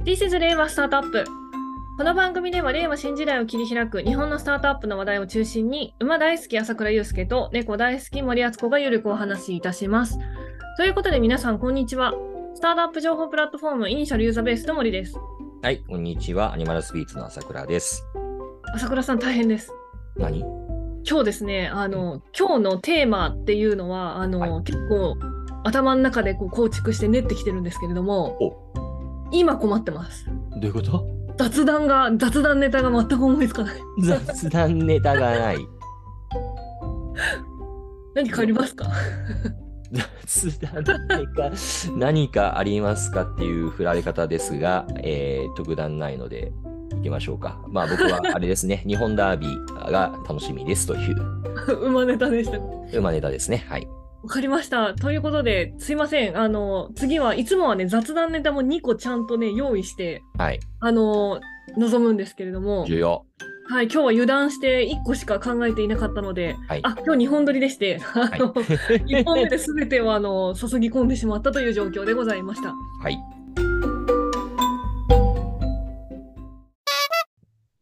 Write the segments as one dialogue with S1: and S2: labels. S1: This is 令和スタートアップ。この番組では令和新時代を切り開く日本のスタートアップの話題を中心に、馬大好き朝倉祐介と猫大好き森敦子がゆるくお話しいたします。ということで皆さん、こんにちは。スタートアップ情報プラットフォームイニシャルユーザーベースの森です。
S2: はい、こんにちは。アニマルスピーツの朝倉です。
S1: 朝倉さん、大変です。
S2: 何
S1: 今日ですね、あの、今日のテーマっていうのは、あの、
S2: は
S1: 結構頭の中でこう構築して練ってきてるんですけれども、今困ってます。
S2: どういうこと
S1: 雑談が、雑談ネタが全く思いつかない。
S2: 雑談ネタがない。
S1: 何かありますか
S2: 雑談ネタ、何かありますかっていう振られ方ですが、えー、特段ないので、行きましょうか。まあ僕はあれですね、 日本ダービーが楽しみですという
S1: 馬ネタでした。わ
S2: 馬ネタですね。はい。
S1: かりました。ということで、すいません。あの、次はいつもはね、雑談ネタも2個ちゃんとね、用意して、
S2: はい。
S1: あの、臨むんですけれども、はい、
S2: 重要。
S1: 今日は油断して1個しか考えていなかったので、
S2: はい。
S1: あ、今日2本撮りでして、あ
S2: はい
S1: の、1本 目で全てをあの、注ぎ込んでしまったという状況でございました。
S2: はい。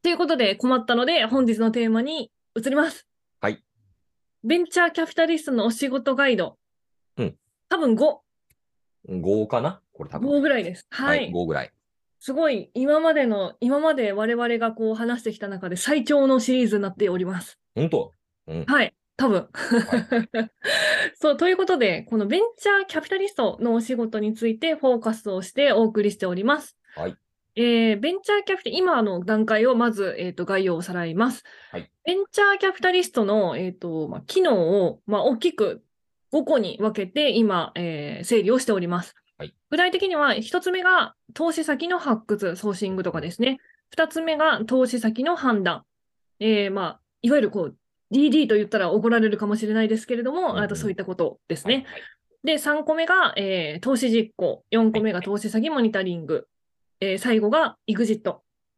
S1: ということで、困ったので、本日のテーマに移ります。
S2: はい。
S1: ベンチャーキャピタリストのお仕事ガイド。
S2: うん。
S1: 多分5、
S2: 5かなこれ多
S1: 5
S2: 分。
S1: ぐらいです。はい
S2: 5ぐらい。
S1: すごい今までの今まで我々がこう話してきた中で最長のシリーズになっております。
S2: 本当うん。
S1: はい、多分。 そうということでこのベンチャーキャピタリストのお仕事についてフォーカスをしてお送りしております。
S2: はい
S1: えーベンチャーキャピタ今の段階をまず、えー、と概要をおさらいます。
S2: はい
S1: ベンチャーキャピタリストの、えーとまあ、機能を、まあ、大きく5個に分けて今、えー整理をしております。
S2: はい
S1: 具体的には1つ目が投資先の発掘、ソーシングとかですね。2つ目が投資先の判断。えーまあ、いわゆるこう DD と言ったら怒られるかもしれないですけれども、
S2: うんうん
S1: あとそういったことです
S2: はい
S1: ね。。で、3個目が、えー投資実行、4個目が投資先モニタリング、えー最後が EXIT。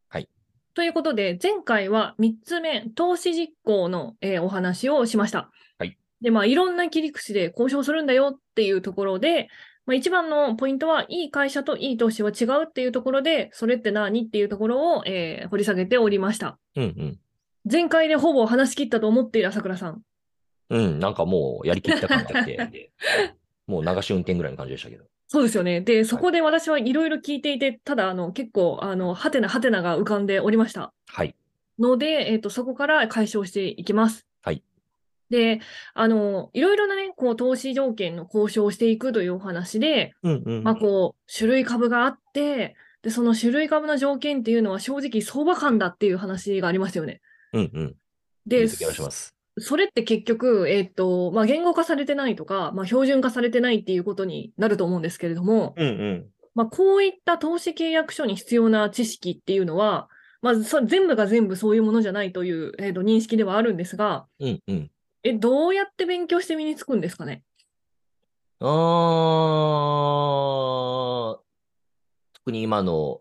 S2: はい
S1: ということで、前回は3つ目、投資実行の、えーお話をしました。
S2: はい
S1: で、まあ、いろんな切り口で交渉するんだよっていうところで、まあ、一番のポイントは、いい会社といい投資は違うっていうところで、それって何っていうところを、えー掘り下げておりました。
S2: うん
S1: 前回でほぼ話し切ったと思っている朝倉さん。
S2: うん。うん、なんかもうやりきった感 があって、もう流し運転ぐらいの感じでしたけど。
S1: そうですよね。で、そこで私はいろいろ聞いていて、ただ、あの、結構、あの、ハテナハテナが浮かんでおりました。
S2: はい。
S1: ので、えっと、そこから解消していきます。
S2: はい。
S1: で、あの、いろいろなね、こう、投資条件の交渉をしていくというお話で、
S2: うんうん
S1: まあ、こう、種類株があって、で、その種類株の条件っていうのは正直相場感だっていう話がありますよね。
S2: うんうん。
S1: で、
S2: いい時お願いします。
S1: それって結局、えっと、まあ、言語化されてないとか、まあ、標準化されてないっていうことになると思うんですけれども、
S2: うんうん。
S1: まあ、こういった投資契約書に必要な知識っていうのは、まあ、そ全部が全部そういうものじゃないという、えーと認識ではあるんですが、
S2: うんうん。
S1: え、どうやって勉強して身につくんですかね
S2: あー特に今の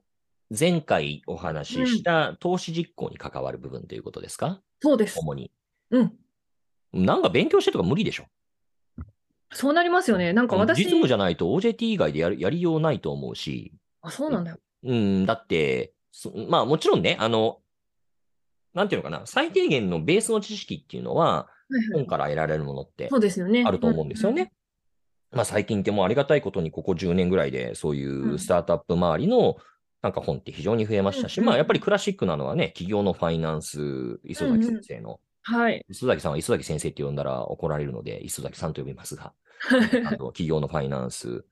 S2: 前回お話しした投資実行に関わる部分ということですか、
S1: そうです。
S2: 主に。
S1: うん。
S2: なんか勉強してとか無理でしょ。
S1: そうなりますよね。なんか私、
S2: 実務じゃないと OJT 以外でやるやりようないと思うし、
S1: あそうなんだよ。
S2: うん、だって、そまあもちろんね、あの、なんていうのかな、最低限のベースの知識っていうのは、
S1: はいはい
S2: 本から得られるものって
S1: そうですよね。
S2: あると思うんですよね。まあ、最近ってもうありがたいことに、ここ10年ぐらいで、そういうスタートアップ周りのなんか本って非常に増えましたし、
S1: うんうん
S2: まあ、やっぱりクラシックなのはね、企業のファイナンス、磯崎先生の、
S1: うん。はい。
S2: 磯崎さんは磯崎先生って呼んだら怒られるので、磯崎さんと呼びますが、あと企業のファイナンス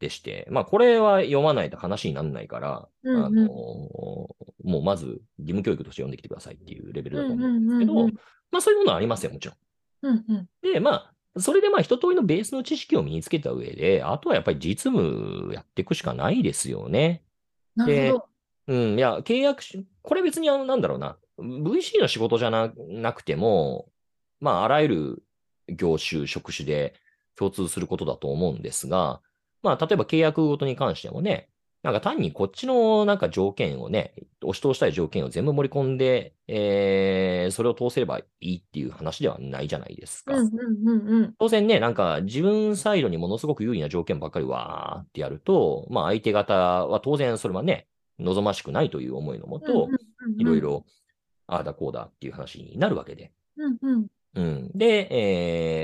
S2: でして、まあ、これは読まないと話にならないから、
S1: うん
S2: あ
S1: うん
S2: のもうまず義務教育として読んできてくださいっていうレベルだと
S1: うん
S2: 思
S1: う
S2: うん
S1: んうん
S2: ですけど、
S1: うん
S2: まあ、そういうものはありますよ、もちろん。
S1: うんうん
S2: で、まあ、それでまあ一通りのベースの知識を身につけた上で、あとはやっぱり実務やっていくしかないですよね。
S1: なるほど。
S2: うん、いや、契約し、これ別にあの、なんだろうな、VC の仕事じゃななくても、まあ、あらゆる業種、職種で共通することだと思うんですが、まあ、例えば契約ごとに関してもね、なんか単にこっちのなんか条件をね、押し通したい条件を全部盛り込んで、えー、それを通せればいいっていう話ではないじゃないです
S1: う
S2: か。
S1: んうんうんうん。
S2: 当然ね、なんか自分サイドにものすごく有利な条件ばっかりわーってやると、まあ相手方は当然それはね、望ましくないという思いのも
S1: うん
S2: と、
S1: うんうん
S2: いろい。ろ、ああだこうだっていう話になるわけで。
S1: うんうんうん
S2: うん、で、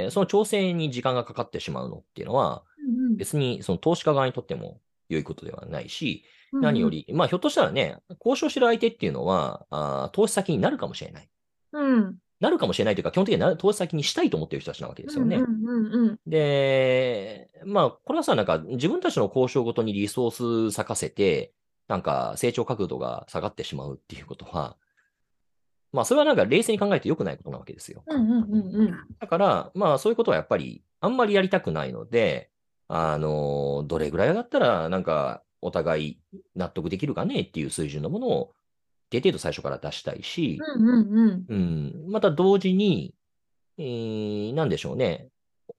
S2: えーその調整に時間がかかってしまうのっていうのは、
S1: うん
S2: 別にその投資家側にとっても良いことではないし、
S1: うん
S2: 何よ。り、まあひょっとしたらね、交渉してる相手っていうのは、あー投資先になるかもしれない。
S1: うん。
S2: なるかもしれないというか、基本的にはな投資先にしたいと思ってる人たちなわけですよね。
S1: うんうんうんうん。
S2: で、まあ、これはさ、なんか自分たちの交渉ごとにリソース割かせて、なんか成長角度が下がってしまうっていうことは、まあ、それはなんか冷静に考えて良くないことなわけですよ。
S1: うんうんうんうん。
S2: だから、まあ、そういうことはやっぱり、あんまりやりたくないので、あの、どれぐらいだったら、なんか、お互い納得できるかねっていう水準のものを、で程度最初から出したいし、
S1: うんうんうん。
S2: うん、また同時に、えー、なんでしょうね、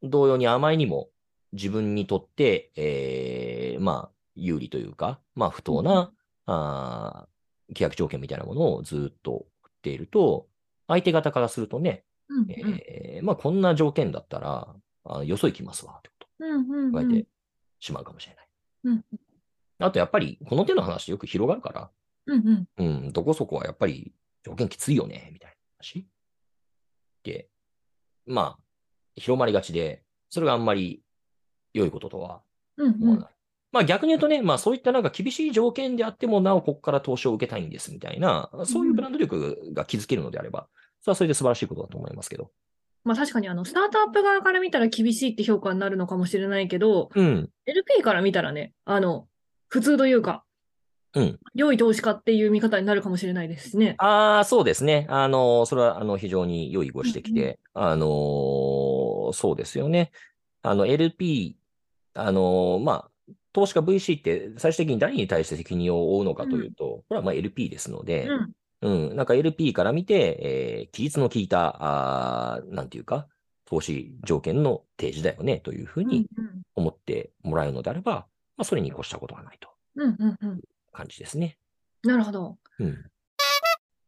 S2: 同様に甘いにも自分にとって、えーまあ、有利というか、まあ、不当な、あー契約条件みたいなものをずっと振っていると、相手方からするとね、
S1: うん
S2: えーまあ、こんな条件だったら、あよそ行きますわ、ってこと
S1: うんうん
S2: を加えてしまうかもしれない。
S1: うん
S2: あと、やっぱり、この手の話ってよく広がるから、
S1: うんうん。
S2: うん、どこそこはやっぱり条件きついよね、みたいな話。で、まあ、広まりがちで、それがあんまり良いこととは
S1: うん
S2: 思
S1: う
S2: わ
S1: ん
S2: ない。まあ逆に言うとね、まあそういったなんか厳しい条件であっても、なおここから投資を受けたいんですみたいな、そういうブランド力が築けるのであれば、それはそれで素晴らしいことだと思いますけど。
S1: まあ確かにあの、スタートアップ側から見たら厳しいって評価になるのかもしれないけど、
S2: うん、
S1: LP から見たらね、あの、普通というか、
S2: うん。
S1: 良い投資家っていう見方になるかもしれないですしね。
S2: ああ、そうですね。あの、それは、あの、非常に良いご指摘で、あのー、そうですよね。あの、LP、あのー、まあ、投資家 VC って最終的に誰に対して責任を負うのかというと、これはまあ LP ですので、
S1: うん。
S2: うん、なんか LP から見て、えー、規律の効いた、あーなんていうか、投資条件の提示だよね、というふうに
S1: うん
S2: 思ってもらうのであれば、まあ、それに越したことはないとい
S1: う
S2: う
S1: んうんうん。
S2: 感じですね。
S1: なるほど。
S2: うん。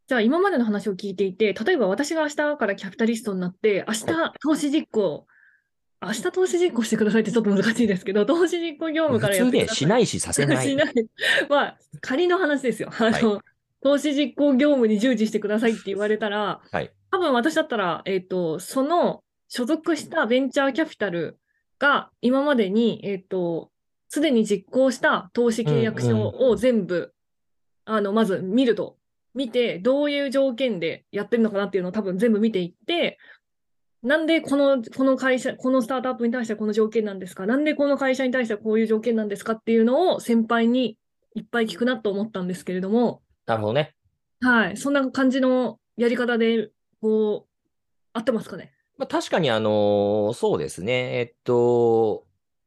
S1: じゃあ今までの話を聞いていて、例えば私が明日からキャピタリストになって、明日投資実行、明日投資実行してくださいってちょっと難しいですけど、投資実行業務から
S2: 普
S1: やっ
S2: 通
S1: てく
S2: で
S1: だ
S2: し
S1: さい。
S2: ないしさせな い。
S1: しない。まあ、仮の話ですよ。あ
S2: はい
S1: の、投資実行業務に従事してくださいって言われたら、
S2: はい
S1: 多分私だったら、えっ、と、その所属したベンチャーキャピタルが今までに、えっ、と、すでに実行した投資契約書を全部、あの、まず見ると。見て、どういう条件でやってるのかなっていうのを多分全部見ていって、なんでこの、この会社、このスタートアップに対してはこの条件なんですかなんでこの会社に対してはこういう条件なんですかっていうのを先輩にいっぱい聞くなと思ったんですけれども、
S2: なるほどね。
S1: はい、そんな感じのやり方で、こう、合ってますかね。
S2: まあ、確かに、あのーそうですね。えっと、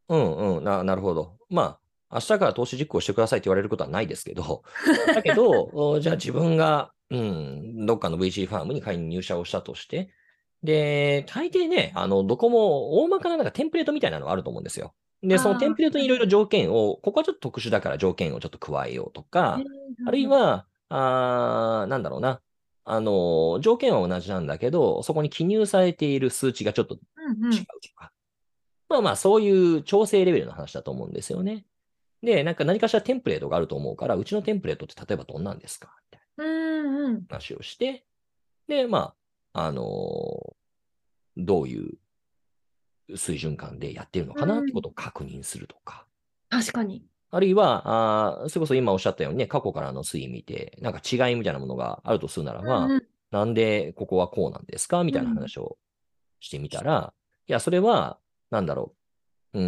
S2: うんうん、な、なるほど。まあ、明日から投資実行してくださいって言われることはないです けど、だけど、おじゃあ自分が、うん、どっかの VC ファームに仮に入社をしたとして、で、大抵ね、あの、どこも大まかななんかテンプレートみたいなのがあると思うんですよ。で、そ
S1: あ
S2: の
S1: ー
S2: テンプレートにいろいろ条件を、ここはちょっと特殊だから条件をちょっと加えようとか、あるい、は、あーなんだろうな。あのー、条件は同じなんだけど、そこに記入されている数値がちょっと違
S1: うんう
S2: うと
S1: ん、
S2: か。まあまあ、そういう調整レベルの話だと思うんですよね。で、なんか何かしらテンプレートがあると思うから、うちのテンプレートって例えばどんなんですかみたい
S1: うんうん、
S2: な話をして、で、まあ、あのーどういう水準感でやってるのかなってことを確認するとか。
S1: 確かに。
S2: あるいは、あーそれこそ今おっしゃったようにね、過去からの推移見て、なんか違いみたいなものがあるとするならば、
S1: うんうん
S2: なんでここはこうなんですかみたいな話をしてみたら、いや、それは、なんだろう、うー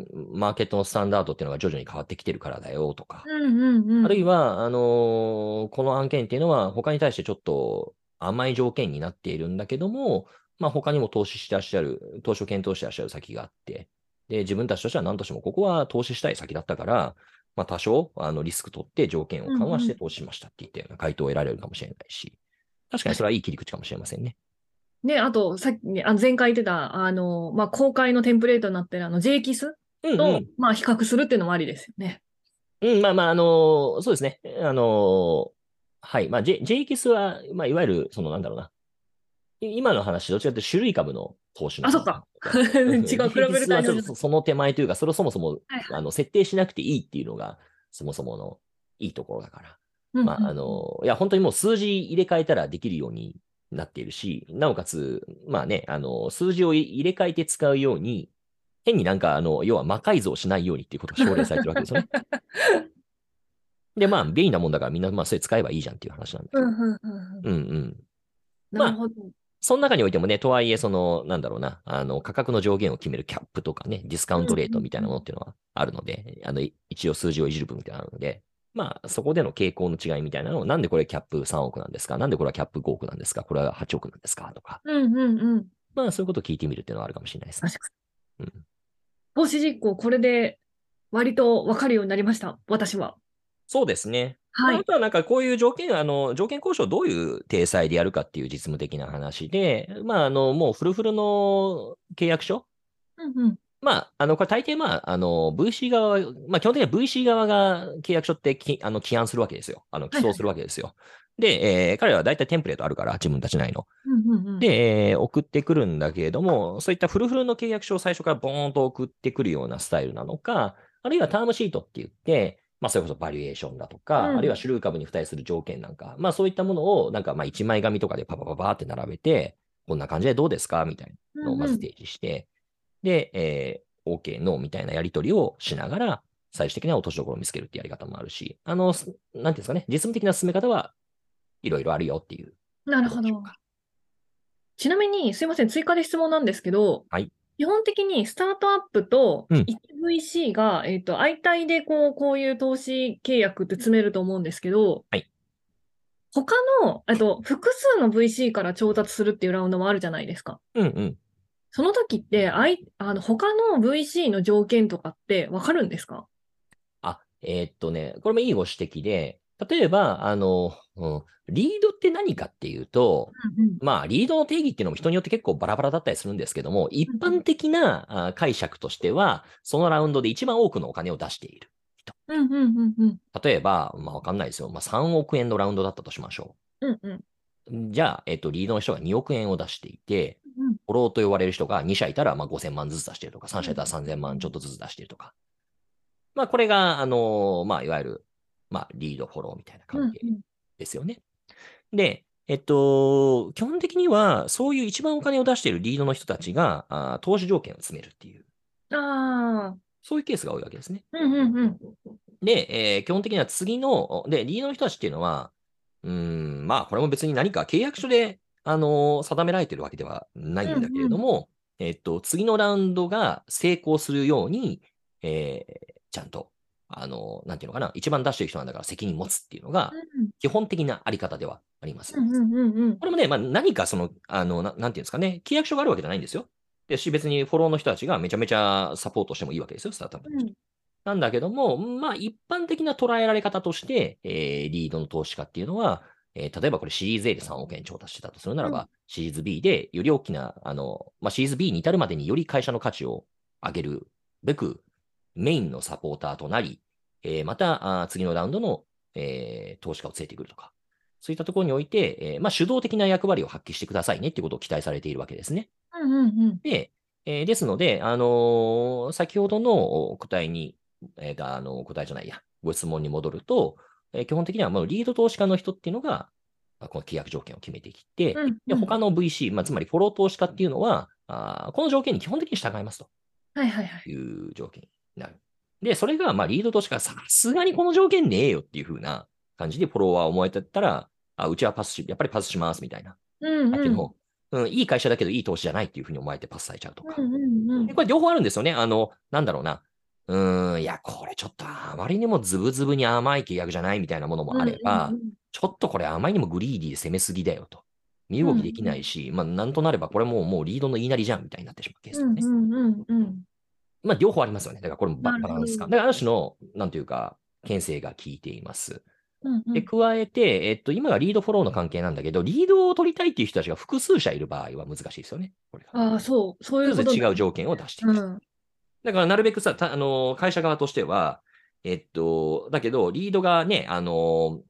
S2: ん、マーケットのスタンダードっていうのが徐々に変わってきてるからだよとか、
S1: うんうんうん、
S2: あるいは、あのーこの案件っていうのは他に対してちょっと甘い条件になっているんだけども、まあ他にも投資してらっしゃる、投資を検討してらっしゃる先があって、で、自分たちとしては何としてもここは投資したい先だったから、まあ多少あのリスク取って条件を緩和して投資しましたって言ったような回答を得られるかもしれないし、確かにそれはいい切り口かもしれませんね。
S1: ね、あと、さっきね、あ前回言ってた、あの、まあ、公開のテンプレートになってる、あの、J キス
S2: うん、う
S1: と、
S2: ん。
S1: まあ、比較するっていうのもありですよね。
S2: うん、まあまあ、あのーそうですね。あのーはい。まあ、J、J キスは、まあ、いわゆる、その、なんだろうな。い今の話、どちらかというと種類株の投資の
S1: あ
S2: 話
S1: そっか
S2: うん
S1: 違う、比
S2: J
S1: べ
S2: キ
S1: る
S2: ス
S1: 対
S2: はち
S1: 象
S2: ょっ
S1: じゃ
S2: とその手前というか、それをそもそも、
S1: はい
S2: あの設定しなくていいっていうのが、そもそものいいところだから。
S1: うん
S2: まあ、あ、の、いや、本当にもう数字入れ替えたらできるようになっているし、なおかつ、まあね、あの、数字をい入れ替えて使うように、変になんか、あの、要は魔改造しないようにっていうことが奨励されてるわけ ですよね。で、まあ、便利なもんだからみんな、まあ、それ使えばいいじゃんっていう話なんだけ
S1: う
S2: ど。
S1: んうんうんうん
S2: うんうん。ま
S1: な
S2: あ
S1: るほど。
S2: その中においてもね、とはいえ、その、なんだろうな、あの、価格の上限を決めるキャップとかね、ディスカウントレートみたいなものっていうのはあるので、あの、い一応数字をいじる分みたいなのあるので、まあ、そこでの傾向の違いみたいなのを、なんでこれキャップ3億なんですかなんでこれはキャップ5億なんですかこれは8億なんですかとか、
S1: うんうんうん。
S2: まあ、そういうことを聞いてみるっていうのはあるかもしれないですね。
S1: 確か
S2: う
S1: に
S2: ん。
S1: 投資実行、これで割と分かるようになりました、私は。
S2: そうですね。
S1: は
S2: まああ
S1: い。
S2: とはなんかこういう条件、あの、条件交渉をどういう体裁でやるかっていう実務的な話で、まあ、あの、もうフルフルの契約書
S1: うんうん。
S2: まあ、あの、これ大抵、まあ、あの、VC 側は、まあ、基本的には VC 側が契約書ってきあの起案するわけですよ。あの、
S1: はい
S2: 起草するわけですよ。で、えー彼らは大体テンプレートあるから、自分たち内の。
S1: うんうんうん、
S2: で、えー送ってくるんだけれども、そういったフルフルの契約書を最初からボーンと送ってくるようなスタイルなのか、あるいはタームシートって言って、まあ、それこそバリエーションだとか、
S1: うん
S2: あるいは主流株に付帯する条件なんか、まあ、そういったものを、なんか、まあ、一枚紙とかでパパパパーって並べて、こんな感じでどうですかみたいな。のをまず提示して、で、えー OK のみたいなやり取りをしながら、最終的な落としどころを見つけるってやり方もあるし、あの、すなんていうんですかね、実務的な進め方はいろいろあるよっていう。
S1: なるほ
S2: どうでしょう
S1: ど
S2: か。
S1: ちなみに、すいません、追加で質問なんですけど、
S2: はい
S1: 基本的にスタートアップと
S2: うん
S1: 1VC が、えっと相対でこうこういう投資契約って詰めると思うんですけど、
S2: はい
S1: 他のえっと複数の VC から調達するっていうラウンドもあるじゃないですか。
S2: うんうん。
S1: その時って、あいあの他の VC の条件とかって分かるんですか
S2: あ、えーっとね、これもいいご指摘で、例えば、あの、うんリードって何かっていうと、まあ、リードの定義っていうのも人によって結構バラバラだったりするんですけども、一般的なあ解釈としては、そのラウンドで一番多くのお金を出している。
S1: うんうんうんうん
S2: 例えば、まあ、わかんないですよ。まあ、3億円のラウンドだったとしましょう。
S1: うんうん
S2: じゃあ、えっと、リードの人が2億円を出していて、
S1: うん
S2: フォローと呼ばれる人が2社いたら、まあ、5000万ずつ出してるとか、3社いたら3000万ちょっとずつ出してるとか。まあ、これが、あのーまあ、いわゆる、まあ、リード、フォローみたいな
S1: うん
S2: 関係ですよね。で、えっと、基本的には、そういう一番お金を出しているリードの人たちが、あー投資条件を詰めるっていう、
S1: うんああ
S2: そういうケースが多いわけですね。
S1: うんうんうん
S2: で、えー基本的には次の、で、リードの人たちっていうのは、うーん、まあ、これも別に何か契約書で、あのー定められてるわけではないんだけれども、えっと、次のラウンドが成功するように、えーちゃんと、あのーなんていうのかな、一番出してる人なんだから責任持つっていうのが、基本的なあり方ではあります。
S1: うんうんうんうん
S2: これもね、まあ、何かその、あの、ななんていうんですかね、契約書があるわけじゃないんですよ。ですし、別にフォローの人たちがめちゃめちゃサポートしてもいいわけですよ、スタートアップに。
S1: うん
S2: なんだけども、まあ一般的な捉えられ方として、えーリードの投資家っていうのは、えー例えばこれシリーズ A で3億円調達してたとするならば、
S1: う
S2: シリーズ B でより大きな、あの、まあシリーズ B に至るまでにより会社の価値を上げるべく、メインのサポーターとなり、えーまたあー次のラウンドの、えー投資家を連れてくるとか、そういったところにおいて、えーまあ主導的な役割を発揮してくださいねっていうことを期待されているわけですね。
S1: うんうんうん
S2: で、えーですので、あのー先ほどのお答えに、えーあの答えじゃないや、ご質問に戻ると、えー基本的にはもうリード投資家の人っていうのが、あこの契約条件を決めてきて、
S1: うんう
S2: で
S1: ん
S2: 他の VC、まあ、つまりフォロー投資家っていうのは、あーこの条件に基本的に従います
S1: はいはいはい
S2: という条件になる。で、それが、まあ、リード投資家、さすがにこの条件ねえよっていう風な感じでフォロワーを思えてったら、あ、うちはパスし、やっぱりパスしますみたいな。
S1: うん
S2: だ
S1: う
S2: け
S1: ん
S2: ど、うん、いい会社だけどいい投資じゃないっていう風に思えてパスされちゃうとか。
S1: うんうんうん
S2: でこれ両方あるんですよね。あの、なんだろうな。うーん、いや、これちょっとあまりにもズブズブに甘い契約じゃないみたいなものもあれば、
S1: うんうんうん
S2: ちょっとこれあまりにもグリーディーで攻めすぎだよと。身動きできないし、まあ、なんとなればこれもうもうリードの言いなりじゃんみたいになってしまうケースだよね。
S1: うんうんうんうん
S2: まあ、両方ありますよね。だからこれもバ
S1: なる
S2: バ
S1: ほど
S2: ランス感。だからある種の、なんていうか、牽制が効いています。
S1: うんうん
S2: で、加えて、えっと、今はリードフォローの関係なんだけど、リードを取りたいっていう人たちが複数社いる場合は難しいですよね。これが
S1: ああ、そう、そう
S2: そ
S1: い
S2: れ
S1: う
S2: ぞ
S1: こと
S2: れ違
S1: ね
S2: う条件を出していく。
S1: うん
S2: だから、なるべくさ、たあのー会社側としては、えっと、だけど、リードがね、あの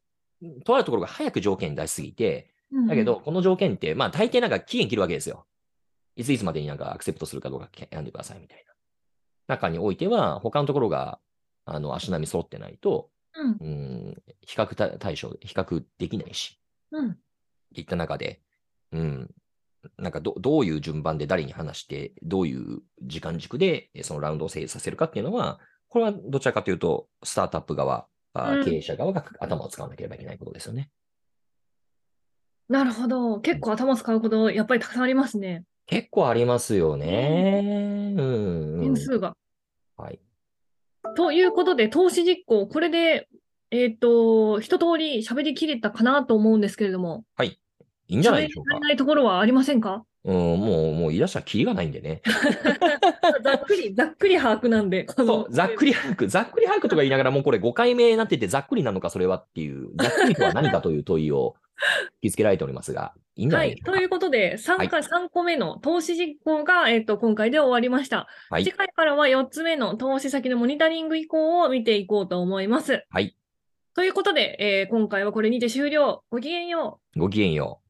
S2: ーとあるところが早く条件出しすぎて、
S1: うん
S2: だけど、この条件って、まあ、大抵なんか期限切るわけですよ。いついつまでになんかアクセプトするかどうか選んでくださいみたいな。中においては、他のところが、あの、足並み揃ってないと、
S1: うん
S2: うん、比較た対象、比較できないし、
S1: うん
S2: っていった中で、うん、なんかどどういう順番で誰に話して、どういう時間軸でえそのラウンドを成立させるかっていうのは、これはどちらかというと、スタートアップ側、あ
S1: うん
S2: 経営者側が頭を使わなければいけないことですよね。
S1: なるほど。結構頭使うほど、やっぱりたくさんありますね。
S2: 結構ありますよね。うん、うん
S1: 点。数が。
S2: はい。
S1: ということで、投資実行、これで、えっ、と、一通り喋りきれたかなと思うんですけれども、
S2: いいんじゃな
S1: 喋
S2: いで
S1: り
S2: しょう
S1: 足
S2: か
S1: り。ないところはありません か
S2: うん、もう、もう言い出したらキリがないんでね。
S1: ざっくり、ざっくり把握なんで。この
S2: そう、ざっくり把握、ざっくり把握とか言いながら、もうこれ5回目になってて、ざっくりなのか、それはっていう、ざっくりとは何かという問いを引きつけられておりますが、いいんじゃ
S1: は
S2: な
S1: い
S2: いでし。ょう
S1: ということで、3回、3個目の投資実行が、えっ、と、今回で終わりました。
S2: はい
S1: 次回からは4つ目の投資先のモニタリング移行を見ていこうと思います。
S2: はい。
S1: ということで、えー今回はこれにて終了。ごきげんよう。
S2: か。ごきげんよう。